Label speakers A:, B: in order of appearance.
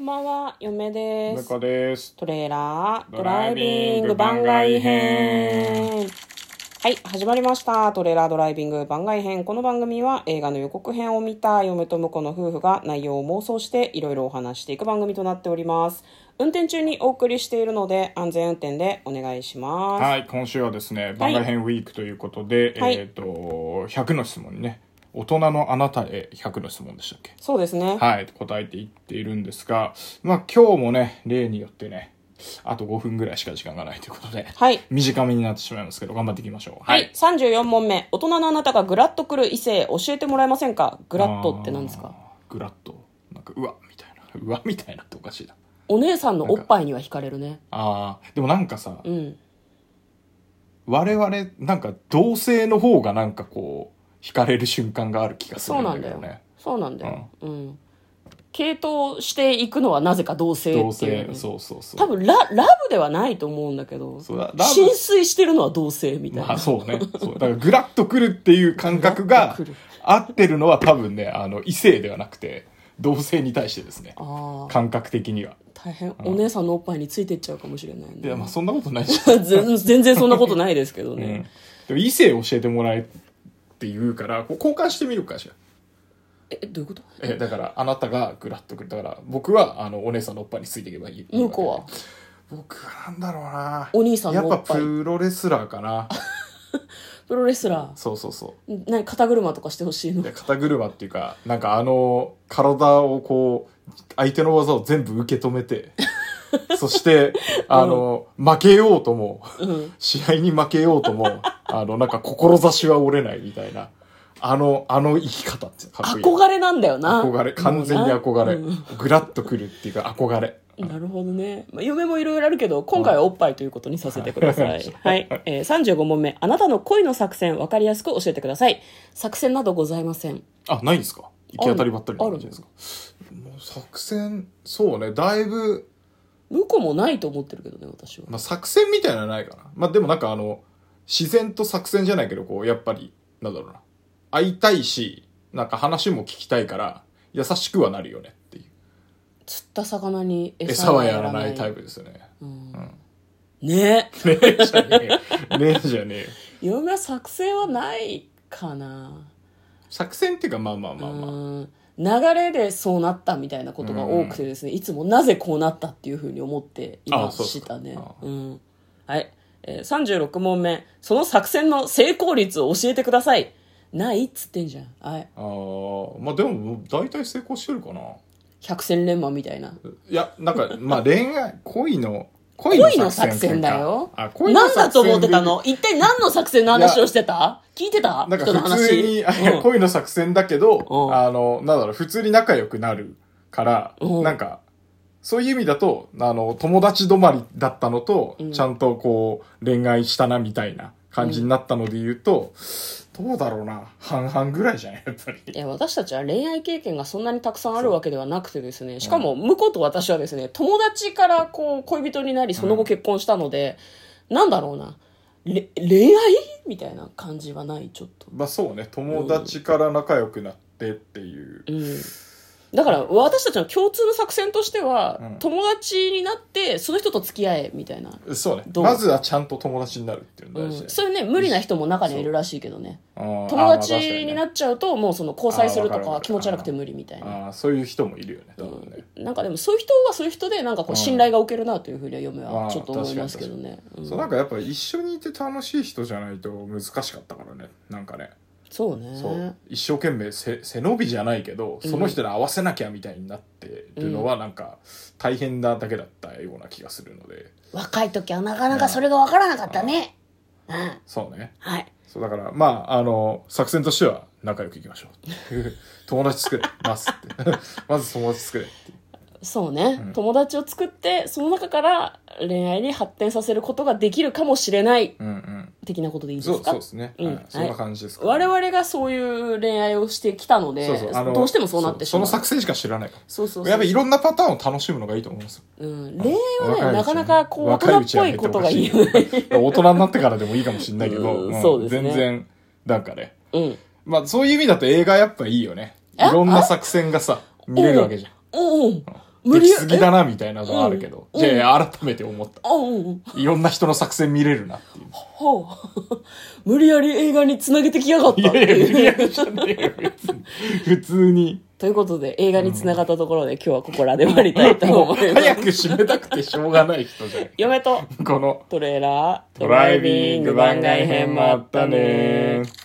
A: んばんは、嫁で
B: ム
A: す。
B: カです。
A: トレーラード
B: ド
A: ラ
B: ラ
A: イ
B: イ
A: ビ
B: ビ
A: ン
B: ン
A: グ
B: グ
A: 番
B: 番
A: 外
B: 外
A: 編
B: 編。
A: はい、始まりました。トレーラードライビング番外編。この番組は映画の予告編を見た嫁と婿の夫婦が内容を妄想していろいろお話していく番組となっております。運転中にお送りしているので安全運転でお願いします。
B: はい、今週はですね、番外編ウィークということで、
A: はい
B: えっ、と、100の質問にね、大人のあなたへ100の質問でしたっけ
A: そうですね。
B: はい、答えていっているんですが、まあ今日もね、例によってね、あと5分ぐらいしか時間がないということで、
A: はい
B: 短めになってしまいますけど、頑張っていきましょう。
A: はい、34問目。大人のあなたがグラッとくる異性教えてもらえませんかグ
B: グ
A: ラッとって何ですか
B: グラッと。なんか、うわ、みたいな。うわ、みたいなっておかしいな。
A: お姉さんのおっぱいには惹かれるね。
B: ああ、でもなんかさ、
A: うん。
B: 我々なんか同性の方がなんかこう惹かれる瞬間がある気がする
A: そうんな
B: だ
A: ん
B: け
A: だ
B: ど
A: よ
B: ね。
A: そうなんだよ。うん。系統していくのはなぜか同性
B: 同
A: っていう
B: 性
A: よね、
B: そうそうそう
A: 多分ララブではないと思うんだけど、
B: そうだラブ
A: 浸水してるのは同性みたいな。
B: まあそうねそうだからグラッとくるっていう感覚
A: グラ
B: が
A: ッとくる
B: 合ってるのは多 分ねあの異性ではなくて同性に対してですね
A: ああ、
B: 感覚的には
A: 大変。お姉さんのおっぱいについてっちゃうかもしれない
B: いやまあ
A: ね。
B: そんなことないし、
A: 全全然そんなことないですけど
B: う
A: ね。
B: ん、でも異性教えてもらえって言うからこう交換してみるかしら
A: え、どういうこと
B: えだからあなたがグラッとくるだから僕はあのお姉さんのおっぱいについていけばいいいいわけ
A: 向こうは
B: 僕はなんだろうな
A: お兄さんのお
B: や
A: っ
B: っ
A: ぱ
B: ぱ
A: い
B: プロレスラーかな
A: プロレスラ
B: そうそうそ
A: ー。何肩車とかしてほしいうの
B: で肩車っていうかなんかあの体をこう相手の技を全部受け止めて そしてあの、負けようとも
A: うん。
B: 試合に負けようともあのなんか志は折れないみたいなあのあの生き方ってかっこいい
A: 憧れなんだよな。
B: 憧れ完全に憧れ、
A: もうな
B: グラッとくるっていうか憧れ
A: うんなるほどね。まあ、嫁もいろいろあるけど、今回はおっぱいということにさせてください。 はい。えー、35問目。あなたの恋の作戦、わかりやすく教えてください。作戦などございません。
B: あないんですか行き当たりばったりな感じですかもう作戦そうねだいぶ
A: 向こうもないと思ってるけどね、私は。
B: まあ、作戦みたいなのはないかな。まあ、でもなんかあの、自然と作戦じゃないけど、こう、やっぱり、なんだろうな。会いたいし、なんか話も聞きたいから、優しくはなるよねっていう。
A: 釣った魚に
B: 餌はやらないタイ。プですよね。
A: うん
B: ん
A: ね
B: ねえじゃねえ。ねえじゃねえよ。
A: 嫁は作戦はないかな。
B: 作戦っていうか、まあまあまあまあ。
A: うん流れでそうなったみたいなことが多くてですね、いつもなぜこうなったっていうふうに思っていま
B: あそうです
A: し
B: か
A: たね
B: あ。
A: うん。はい。えー、36問目。その作戦の成功率を教えてください。ないっつってんじゃん。はい。
B: あーまあでも、大体成功してるかな。
A: 百戦錬磨みたいな。
B: いや、なんか、 まあ恋愛、恋の、恋
A: 恋の作戦だよ
B: かあ、。恋の
A: 何
B: 作戦
A: だと思ってた
B: で
A: の一体何の作戦の話をしてた聞いてた
B: なん
A: 人の
B: か普
A: 話。
B: 通に、あいや
A: うん
B: 恋の作戦だけど、
A: うん
B: あの、なんだろう、普通に仲良くなるから、
A: うん
B: なんか、そういう意味だと、あの、友達止まりだったのと、
A: うん
B: ちゃんとこう、恋愛したなみたいな感じになったので言うと、どうだろうな、半々ぐらいじゃ ないやっぱり。
A: いや私たちは恋愛経験がそんなにたくさんあるわけではなくてですねしかも向こうと私はですね友達からこう恋人になりその後結婚したので、なんだろうなれ恋愛みたいな感じはないちょっと、
B: まあそうね、友達から仲良くなってっていう。
A: うん、だから私たちの共通の作戦としては、
B: うん
A: 友達になってその人と付き合えみたいな、
B: そうね、
A: どう
B: まずはちゃんと友達になるっていうの
A: う
B: が
A: ん、
B: 大事だよね
A: そういうね無理な人も中にはいるらしいけどね
B: うん
A: 友達にな
B: あーまあ確か
A: っちゃうともうその交際すると
B: あーわかる
A: か
B: わかる
A: 気持ち悪くて無理みたい
B: に
A: な
B: ねあーそういう人もいるよね、多分ね。
A: なんかでもそういう人はそういう人でなんかこ
B: う
A: うん信頼がおけるなというふうには嫁
B: あ
A: は
B: あ
A: ちょっと思いますけどね、うん
B: そうなんかやっぱ一緒にいて楽しい人じゃないと難しかったからねなんかね、
A: そうね
B: そう一生懸命せ背伸びじゃないけどその人に合わせなきゃみたいになってるのはなんか大変なだけだったような気がするので、
A: 若い時はなかなかそれが分からなかったねうん
B: そうね
A: はい
B: そうだからまああの作戦としては仲良くいきましょ う友達作れますって まず友達作れっていう
A: そうね、
B: うん
A: 友達を作ってその中から恋愛に発展させることができるかもしれない
B: うんうん
A: 的なことでいいです
B: そう
A: か
B: そうですね、
A: うん
B: はい
A: はい
B: そんな感じですか、
A: 我々がそういう恋愛をしてきたので
B: そうそうあの
A: どうしてもそうなってしまう
B: そその作戦しか知らないから
A: そうそうそう
B: やっぱいろんなパターンを楽しむのがいいと思いますよ
A: うん、恋愛は
B: 若
A: ね
B: い
A: なかなかこう
B: 若
A: 大
B: いうち
A: 人っ
B: は
A: ぽ
B: や
A: い
B: めて
A: こと
B: ほ
A: が
B: し
A: 言
B: い
A: えない、
B: 大人になってからでもいいかもしれないけど、
A: うん
B: ん
A: そうですね
B: 全然なんかね
A: うん、
B: まあそういう意味だと映画やっぱいいよねい
A: あ
B: ろんな作戦がさ見れるわけじゃん
A: うんうん無理
B: でき
A: や
B: すぎだなみたいなのはあるけど、
A: うん
B: じゃあ改めて思った
A: あうんうん
B: いろんな人の作戦見れるなっていう
A: ほう 無理やり映画につなげてきやがった
B: い
A: って
B: やいや無理
A: い
B: や
A: う
B: りじゃねえよ別に普通に
A: ということで映画につながったところで今日はここらで終わりたいと
B: も
A: 思
B: う
A: います
B: 早く締めたくてしょうがない人じゃん
A: 嫁と
B: この
A: トレーラード
B: ドライビング番外編もあったねー